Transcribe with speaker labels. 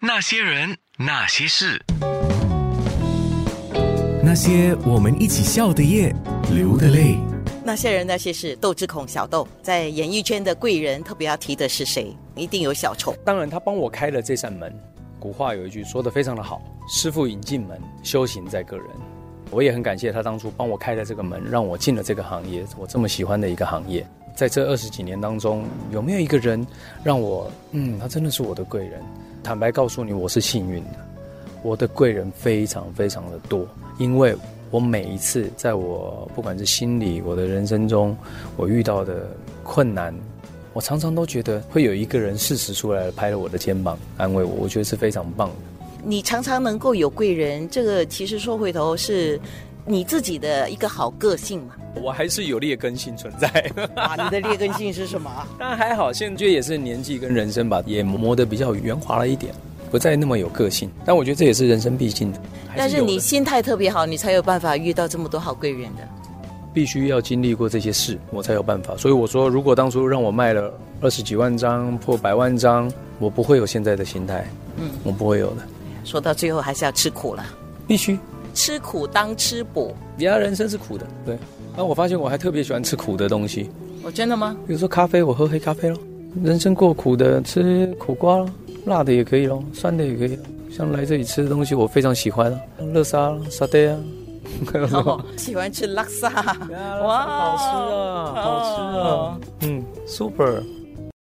Speaker 1: 那些人，那些事，
Speaker 2: 那些我们一起笑的夜，流的泪。
Speaker 3: 那些人那些事，窦智孔小窦在演艺圈的贵人，特别要提的是谁？一定有小丑。
Speaker 4: 当然，他帮我开了这扇门。古话有一句说的非常的好：“师傅引进门，修行在个人。”我也很感谢他当初帮我开了这个门，让我进了这个行业，我这么喜欢的一个行业。在这二十几年当中，有没有一个人让我，嗯，他真的是我的贵人？坦白告诉你，我是幸运的，我的贵人非常非常的多，因为我每一次在我不管是心理、我的人生中，我遇到的困难，我常常都觉得会有一个人适时出来拍了我的肩膀，安慰我，我觉得是非常 棒的。
Speaker 3: 你常常能够有贵人，这个其实说回头是你自己的一个好个性嘛。
Speaker 4: 我还是有劣根性存在，
Speaker 3: 啊，你的劣根性是什么啊？
Speaker 4: 当然还好，现在也是年纪跟人生吧，也磨得比较圆滑了一点，不再那么有个性。但我觉得这也是人生必经的。还
Speaker 3: 但是
Speaker 4: 有的
Speaker 3: 你心态特别好，你才有办法遇到这么多好贵人的。
Speaker 4: 必须要经历过这些事，我才有办法。所以我说，如果当初让我卖了二十几万张、破百万张，我不会有现在的心态，嗯，我不会有的。
Speaker 3: 说到最后还是要吃苦了，
Speaker 4: 必须，
Speaker 3: 吃苦当吃补。
Speaker 4: 人家人生是苦的，对。然后我发现我还特别喜欢吃苦的东西，
Speaker 3: 我哦真的吗？
Speaker 4: 比如说咖啡，我喝黑咖啡咯。人生过苦的，吃苦瓜咯，辣的也可以咯，酸的也可以咯。像来这里吃的东西，我非常喜欢啊，乐沙、沙爹啊。
Speaker 3: 哦，喜欢吃拉萨，
Speaker 4: 好吃啊，好吃啊，嗯，super。